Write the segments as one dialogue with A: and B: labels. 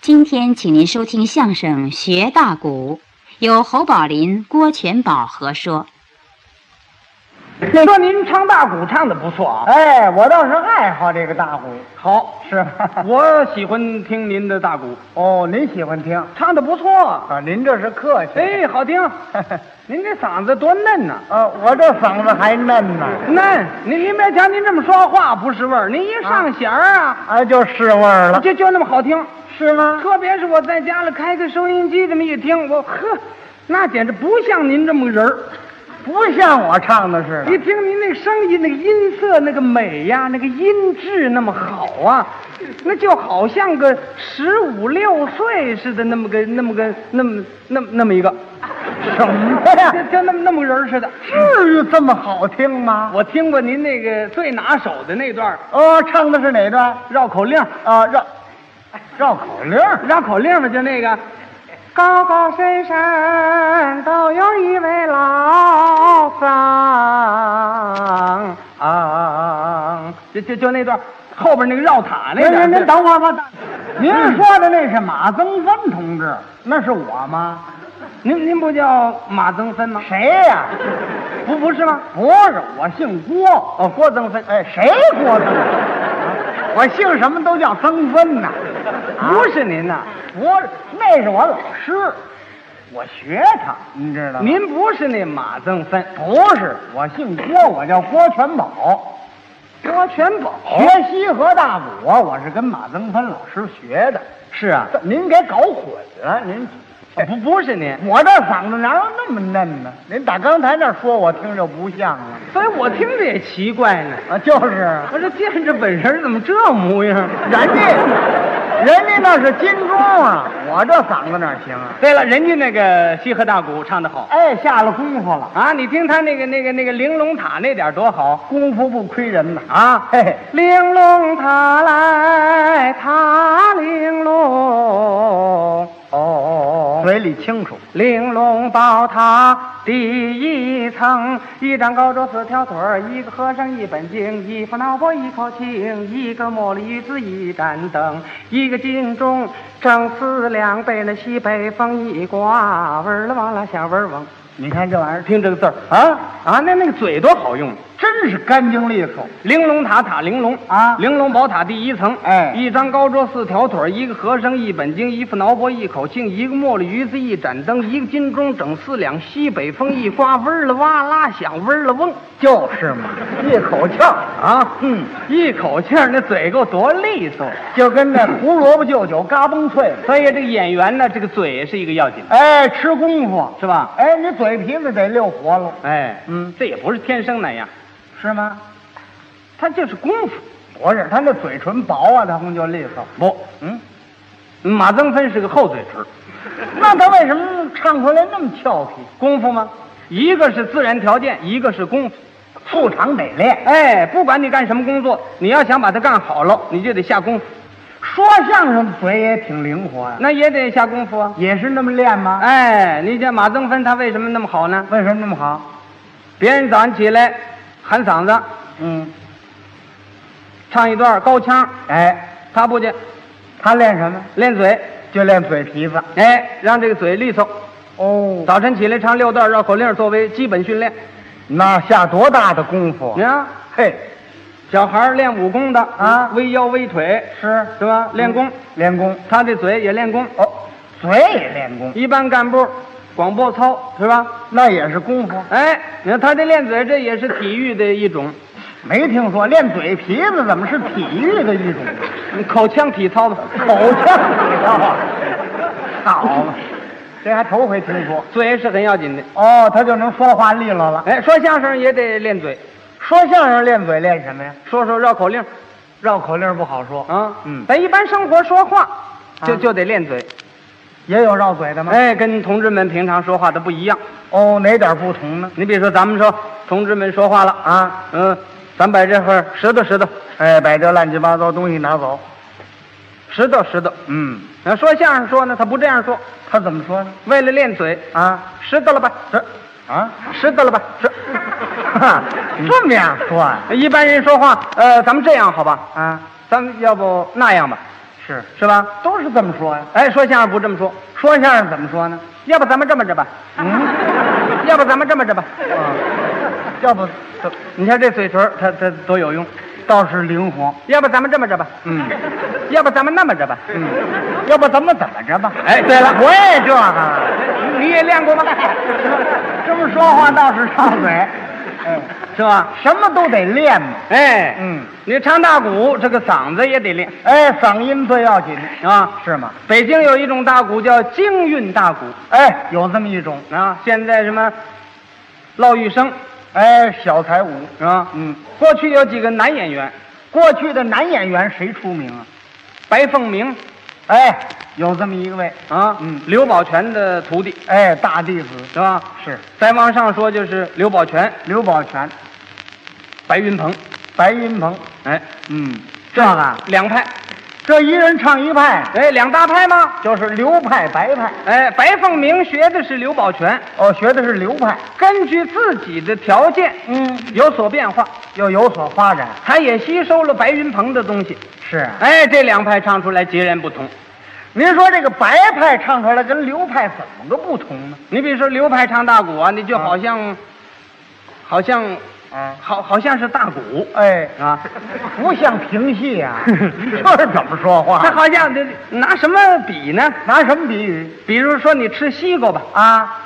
A: 今天请您收听相声《学大鼓》，由侯宝林、郭全宝合说。
B: 说您唱大鼓唱的不错啊，
C: 哎，我倒是爱好这个大鼓，
B: 好，
C: 是吧？
B: 我喜欢听您的大鼓，
C: 哦，您喜欢听
B: 唱的不错。
C: 啊？ 您这是客气。
B: 哎，好听！ 您这嗓子多嫩呐、
C: 啊，我这嗓子还嫩呢，
B: 嫩！您您别瞧您这么说话不是味儿，您一上弦儿啊，
C: 哎，就是味儿了，
B: 就就那么好听。
C: 是吗？
B: 特别是我在家里开个收音机这么一听，我呵，那简直不像您这么个人儿。
C: 不像我唱的似
B: 一
C: 的。
B: 听您那个声音，那个音色，那个美呀，那个音质那么好啊，那就好像个十五六岁似的那么个那么个那么那么那么一个，
C: 什么
B: 就
C: 呀？
B: 就那么那么个人儿似的。
C: 至于这么好听吗？
B: 我听过您那个最拿手的那段儿
C: 哦，唱的是哪段？
B: 绕口令儿，
C: 啊，绕绕口令儿。
B: 绕口令儿嘛，就那个。高高深山都有一位老僧，啊，就就就那段儿后边那个绕塔那
C: 您
B: 个。
C: 您您等会儿吧，嗯大您说的那是马增芬同志，那是我吗？
B: 您您不叫马增芬吗？
C: 谁呀、
B: 不不是吗？
C: 不是，我姓郭。啊
B: 哦，郭增芬，
C: 哎，谁郭增芬？我姓什么都叫增芬呐，啊
B: 不是您呐、
C: 不是，那是我老师，我学他，您知道吗？
B: 您不是那马增芬，
C: 不是，我姓郭，我叫郭全宝，
B: 郭全宝
C: 学西河大鼓啊，我是跟马增芬老师学的。
B: 是啊，
C: 这您给搞混了，您，
B: 不不是您，
C: 我这嗓子哪有那么嫩呢？您打刚才那说我听着不像了
B: 所以我听着也奇怪呢。
C: 啊，就是。
B: 我这见着本人怎么这模样？
C: 人家，人家那是金钟啊，我这嗓子哪行啊？
B: 对了，人家那个西河大鼓唱的好
C: 哎，下了功夫了，
B: 啊，你听他那个那个那个玲珑塔那点儿多好
C: 功夫不亏人呐。
B: 啊！
C: 嘿嘿，
B: 玲珑塔来塔玲珑，哦。
C: 嘴里清楚。
B: 玲珑宝塔第一层，一张高桌四条腿儿，一个和尚一本经，一副脑波一口气，一个茉莉子一盏灯，一个金钟正四两被那西北风一刮，嗡儿啦哇啦响嗡儿嗡。
C: 你看这玩意儿，
B: 听这个字儿
C: 啊，
B: 啊，那那个嘴多好用！啊
C: 真是干净利索。
B: 玲珑塔塔玲珑
C: 啊
B: 玲珑宝塔第一层，
C: 哎
B: 一张高桌四条腿儿，一个和尚一本经，一副挠脖一口磬，一个茉莉鱼子一盏灯，一个金钟整四两，西北风一刮，嗡儿啦哇啦响，嗡儿啦嗡
C: 就是嘛，一口呛，
B: 啊，
C: 嗯，
B: 一口气儿那嘴够多利索，
C: 就跟那胡萝卜就酒嘎嘣脆了。
B: 所以这个演员呢，这个嘴是一个要紧，
C: 哎，吃功夫，
B: 是吧？
C: 哎，你嘴皮子得溜活了，
B: 哎，
C: 嗯
B: 这也不是天生那样，
C: 是吗？
B: 他就是功夫。
C: 不是，他那嘴唇薄啊，他们就利索。
B: 不，
C: 嗯，
B: 马增芬是个厚嘴唇儿，
C: 那他为什么唱出来那么俏皮？
B: 功夫吗？一个是自然条件，一个是功夫。
C: 素常得练。
B: 哎，不管你干什么工作，你要想把它干好了，你就得下功夫，
C: 说相声的嘴也挺灵活呀、
B: 那也得下功夫啊。
C: 也是那么练吗？
B: 哎，你像马增芬他为什么那么好呢？
C: 为什么那么好？
B: 别人早上起来喊嗓子，
C: 嗯，
B: 唱一段高腔，
C: 哎，
B: 他不去
C: 他练什么？
B: 练嘴，
C: 就练嘴皮子。
B: 哎，让这个嘴利索。
C: 哦，
B: 早晨起来唱六段绕口令作为基本训练。
C: 那下多大的功夫啊
B: 你？看，
C: 嘿，
B: 小孩儿练武功的
C: 啊
B: 微腰微腿
C: 是嗯
B: 是吧？练功，
C: 练功
B: 他这嘴也练功。
C: 哦，嘴也练功，
B: 一般干部广播操是吧？
C: 那也是功夫。
B: 哎，你看他这练嘴，这也是体育的一种。
C: 没听说练嘴皮子怎么是体育的一种？啊
B: 你口腔体操吧，
C: 口腔体操啊，好嘛，这还头回听说。
B: 嘴是很要紧的。
C: 哦，他就能说话利落了。
B: 哎，说相声也得练嘴，
C: 说相声练嘴练什么呀？
B: 说说绕口令
C: 绕口令不好说
B: 啊。
C: 嗯，
B: 咱一般生活说话就
C: 啊嗯
B: 就得练嘴。
C: 也有绕嘴的吗？
B: 哎，跟同志们平常说话的不一样。
C: 哦，哪点不同呢？
B: 你比如说，咱们说同志们说话了啊，
C: 啊，
B: 嗯，咱把这份儿拾掇拾掇，
C: 哎，把这乱七八糟东西拿走。
B: 拾掇拾掇。
C: 嗯，
B: 那说相声说呢，他不这样说，
C: 他怎么说呢？
B: 为了练嘴，
C: 啊，
B: 拾掇了吧，
C: 这，啊，
B: 拾掇了吧， 拾。
C: 哈，这么样说啊？
B: 一般人说话，呃，咱们这样好吧？
C: 啊，
B: 咱们要不那样吧？
C: 是
B: 是吧？
C: 都是这么说呀、
B: 哎，说相声不这么说，
C: 说相声怎么说呢？
B: 要不咱们这么着 吧，嗯，要不咱们这么着吧，
C: 要不怎
B: 你看这嘴唇儿，它它多有用。
C: 倒是灵活，
B: 要不咱们这么着吧，
C: 嗯
B: 要不咱们那么着吧，
C: 嗯，要不咱们怎么着吧？
B: 哎对了
C: 我也这 个，
B: 你也练过吗？
C: 这么说话倒是上嘴，哎，
B: 是吧？
C: 什么都得练嘛，
B: 哎，
C: 嗯，
B: 你唱大鼓，这个嗓子也得练
C: 哎，嗓音最要紧，
B: 啊。
C: 是吗？
B: 北京有一种大鼓叫京韵大鼓
C: 哎，有这么一种，
B: 啊，现在什么骆玉笙
C: 哎，小彩舞，
B: 啊，
C: 嗯，
B: 过去有几个男演员，
C: 过去的男演员谁出名啊？
B: 白凤鸣
C: 哎，有这么一位，
B: 啊，
C: 嗯
B: 刘宝全的徒弟
C: 哎，大弟子
B: 是吧？
C: 是
B: 再往上说就是刘宝全、
C: 刘宝全、
B: 白云鹏，
C: 白云鹏，
B: 哎，
C: 嗯，这个
B: 两派，
C: 这一人唱一派，啊
B: 哎，两大派吗？
C: 就是刘派、白派。
B: 哎，白凤鸣学的是刘宝全，
C: 哦，学的是流派，
B: 根据自己的条件，
C: 嗯，
B: 有所变化，
C: 又有所发展。
B: 他也吸收了白云鹏的东西。
C: 是啊，
B: 哎，这两派唱出来截然不同。
C: 您说这个白派唱出来跟流派怎么个不同呢？
B: 你比如说刘派唱大鼓啊，你就好像，好像，
C: 啊，
B: 好好像是大鼓
C: 哎，
B: 啊，
C: 不像评戏 啊，这是怎么说
B: 他
C: 话？
B: 好像得拿什么比呢？
C: 啊拿什么比喻
B: 比如说你吃西瓜吧，
C: 啊？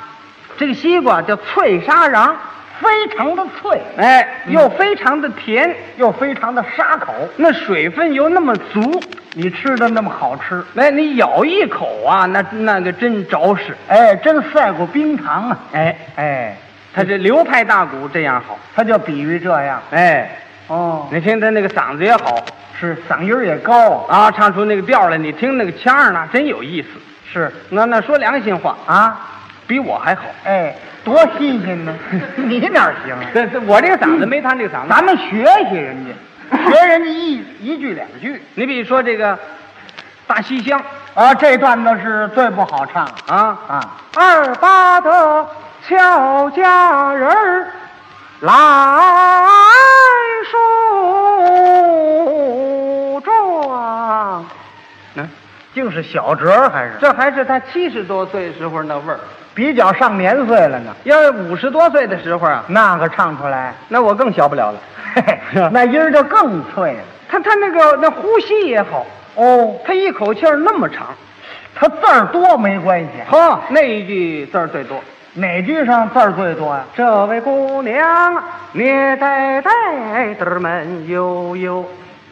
B: 这个西瓜叫脆沙瓤，
C: 非常的脆，
B: 哎，
C: 嗯
B: 又非常的甜，
C: 又非常的沙口，
B: 那水分又那么足，
C: 你吃的那么好吃，
B: 哎，你咬一口啊，那那个真着实。
C: 哎，真赛过冰糖啊！
B: 哎，
C: 哎，
B: 他这流派大鼓这样好。
C: 他就比喻这样
B: 哎，
C: 哦，
B: 你听他那个嗓子也好
C: 是嗓音儿也高啊，
B: 啊，唱出那个调来，你听那个腔儿呢，真有意思。
C: 是
B: 那那说良心话，
C: 啊，
B: 比我还好。
C: 哎，多新鲜呢！ 你哪儿行啊？
B: 这这我这个嗓子没他那个嗓 子。
C: 咱们学学人家，学人家一一句两句
B: 你比如说这个大西厢
C: 啊，这段子是最不好唱了
B: 啊，
C: 啊。
B: 二八的俏佳人儿来梳妆。嗯，
C: 就是小折还是
B: 这还是他七十多岁时候那味儿。
C: 比较上年岁了呢，
B: 要是五十多岁的时候啊，
C: 那个唱出来，
B: 那我更小不 了了。
C: 嘿嘿，那音儿就更脆了。
B: 他他那个那呼吸也好，
C: 哦，
B: 他一口气儿那么长。
C: 他字儿多没关系，
B: 呵，那一句字儿最多。
C: 哪句上字儿最多啊呀、
B: 这位姑娘，捏呆呆的闷悠悠，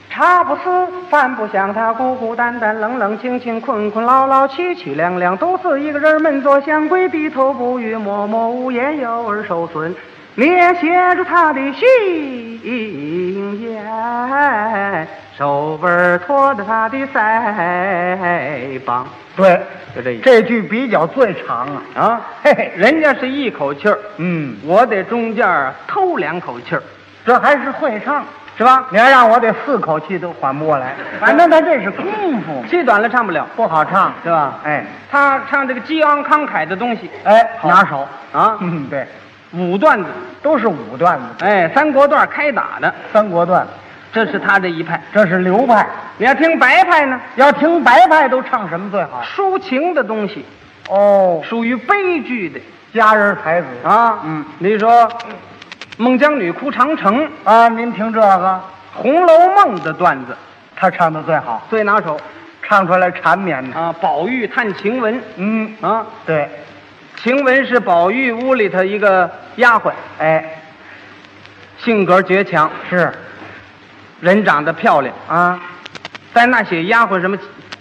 B: 茶不思，饭不想，她孤孤单单，冷冷清清，困困劳劳，凄凄凉凉，独自一个人闷坐香闺，低头不语，默默无言，有儿受损。你也写着她的心眼，手背儿托着她的腮帮，
C: 对，
B: 就这意思
C: 这句比较最长啊。
B: 啊！嘿嘿，人家是一口气儿，
C: 嗯，
B: 我得中间儿偷两口气儿，
C: 这还是会唱，
B: 是吧？
C: 你要让我得四口气都缓不过来。
B: 哎
C: 反正他这是功夫，
B: 气短了唱不了，
C: 不好唱，
B: 是吧？
C: 哎
B: 他唱这个激昂慷慨的东西
C: 哎，
B: 好
C: 拿手。
B: 啊，
C: 嗯，对，
B: 五段子，
C: 都是五段子，
B: 哎，三国段开打的，
C: 三国段，
B: 这是他这一派。
C: 这是流派。
B: 你要听白派呢，
C: 要听白派都唱什么最好？
B: 抒情的东西
C: 哦，
B: 属于悲剧的
C: 佳人才子
B: 啊。
C: 嗯，
B: 你说《孟姜女哭长城》《
C: 啊，您听这个，
B: 红楼梦》的段子
C: 他唱的最好，
B: 最拿手
C: 唱出来缠绵的。
B: 啊，宝玉探晴雯
C: 嗯，
B: 啊，
C: 对，
B: 晴雯是宝玉屋里头一个丫鬟，
C: 哎，
B: 性格倔强，
C: 是
B: 人长得漂亮，
C: 啊，
B: 在那些丫鬟什么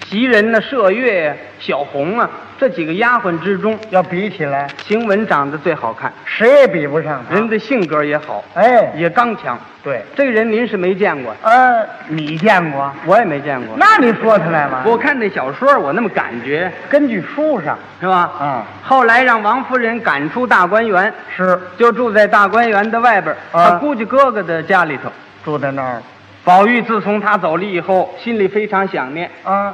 B: 袭人呢、麝月、小红啊这几个丫鬟之中，
C: 要比起来，
B: 晴雯长得最好看，
C: 谁也比不上他。
B: 人的性格也好，
C: 哎，
B: 也刚强。
C: 对，
B: 这个人您是没见过，
C: 呃，你见过？
B: 我也没见过。
C: 那你说出来吗？
B: 我看那小说，我那么感觉
C: 根据书上
B: 是吧？
C: 啊，
B: 后来让王夫人赶出大观园，
C: 是
B: 就住在大观园的外边儿，
C: 啊
B: 她姑舅哥哥的家里头。
C: 住在那儿
B: 宝玉自从他走了以后，心里非常想念，
C: 啊，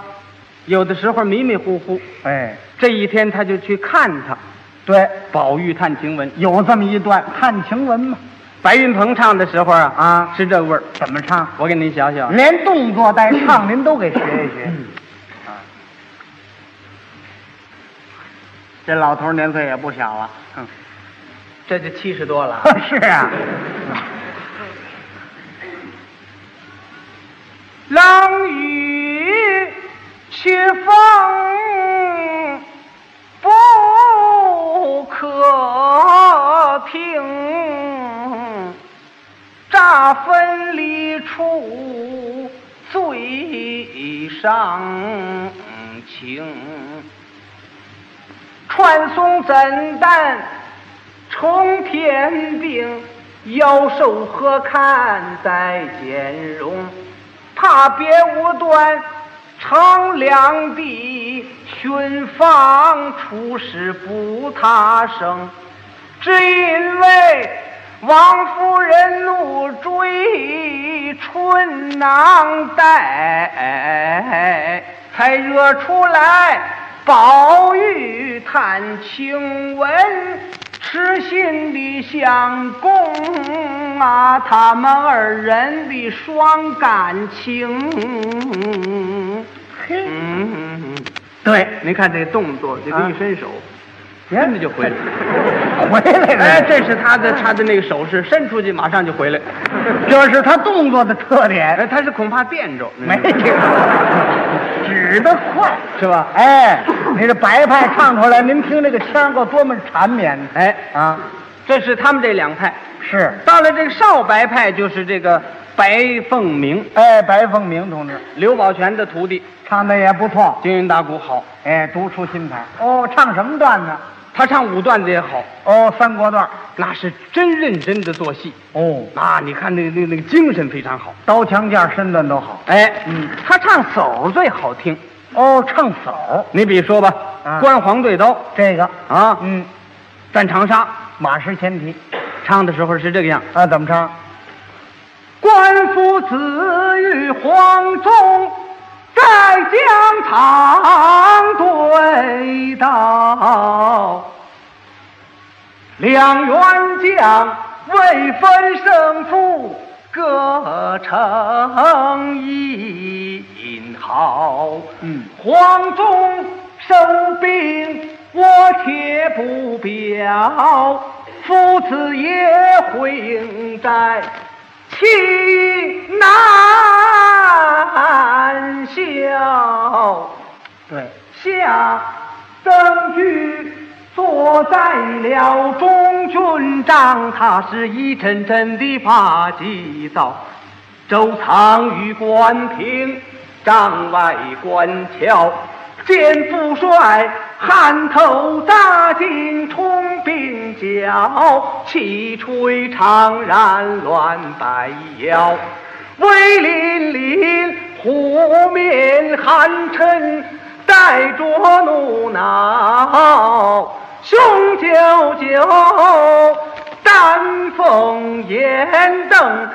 B: 有的时候迷迷糊糊。
C: 哎，
B: 这一天他就去看他，
C: 对，
B: 宝玉探晴雯。
C: 有这么一段探晴雯嘛，
B: 白云鹏唱的时候啊
C: 啊
B: 是这味儿。
C: 怎么唱？嗯
B: 我给您想想，
C: 连动作带唱您都给学一学。这老头儿年岁也不小了，嗯，
B: 这就七十多了
C: 是啊，
B: 冷雨凄风不可停，乍分离处最伤情。传送怎担冲天兵？妖兽何堪再兼容？怕别无端，乘凉地寻访出使不他生。只因为王夫人怒追春囊袋，才惹出来宝玉探晴雯，痴心的相公啊，他们二人的双感情。
C: 嘿
B: 嗯，啊
C: 对，
B: 您看这动作，这个一伸手，真的就回来了。
C: 回来了，
B: 哎，这是他的他的那个手势，伸出去马上就回来。
C: 这是他动作的特点，
B: 哎，他是恐怕惦着，
C: 没听说，指得快。
B: 是吧？
C: 哎，你这白派唱出来，您听这个腔够多么缠绵的
B: 哎，
C: 啊！
B: 这是他们这两派。
C: 是，
B: 到了这个少白派，就是这个白凤鸣，
C: 哎，白凤鸣同志
B: 刘宝全的徒弟，
C: 唱的也不错，
B: 京韵大鼓好，
C: 哎，独出心裁。哦，唱什么段呢？
B: 他唱武段子也好，
C: 哦，三国段。
B: 那是真认真的做戏。
C: 哦，
B: 啊，你看那个那个那个精神非常好。
C: 刀枪剑身段都好。
B: 哎，
C: 嗯，
B: 他唱叟最好听。
C: 哦，唱叟
B: 你比如说吧，
C: 啊
B: 关黄对刀
C: 这个，
B: 啊，
C: 嗯，
B: 战长沙，
C: 马失前蹄
B: 唱的时候是这个样。
C: 啊，怎么唱？
B: 官夫子与黄忠在疆场对道，两员将未分胜负，各逞一豪。
C: 嗯，
B: 黄忠收兵，我且不表，父子也会应战，气难消。
C: 对，
B: 下登居坐在了中军帐，他是一阵阵的发髻造，周藏于关平，帐外观瞧，见副帅汉头扎进冲鬓角，气吹长髯乱摆腰。威凛凛，湖面寒嗔，带着怒恼，雄赳赳，丹凤眼瞪，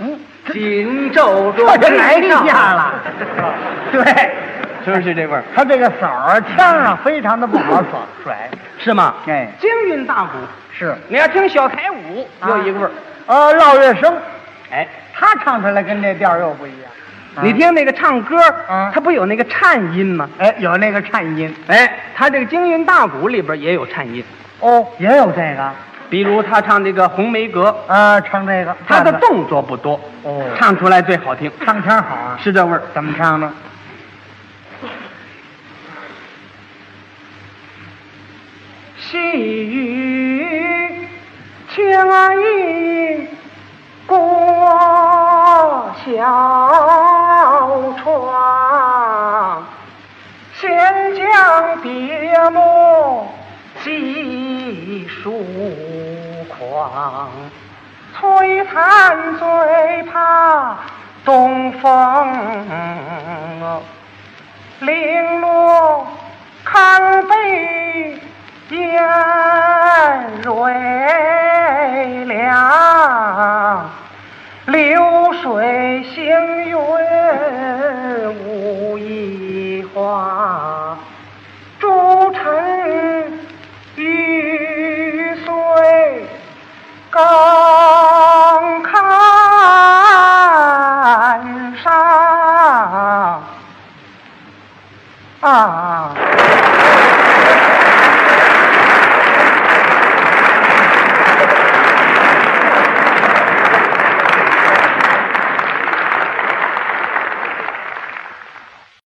C: 嗯，
B: 紧皱着
C: 这就
B: 眉
C: 来一
B: 梢
C: 下了。对，
B: 是不是这味儿？
C: 他这个叟儿腔上非常的不好耍甩。
B: 是吗？
C: 哎，
B: 京韵大鼓，
C: 是，
B: 你要听小台舞
C: 啊
B: 又一个味儿。
C: 呃，烙月笙。
B: 哎，
C: 他唱出来跟这调儿又不一样。
B: 你，听那个唱歌，
C: 嗯
B: 它不有那个颤音吗？
C: 哎，有那个颤音，
B: 哎，它这个京韵大鼓里边也有颤音，
C: 哦，也有这个，
B: 比如他唱这个《红梅阁》。
C: 呃，唱这个，
B: 他的
C: 段子
B: 动作不多，
C: 哦
B: 唱出来最好听，
C: 唱腔好啊，
B: 是这味儿。
C: 怎么唱呢？
B: 细雨轻盈过小窗，闲江蝶幕寄疏狂。摧残最怕东风，零落看悲眼泪凉，流水行云无一花，朱尘玉碎更看上。
C: 啊。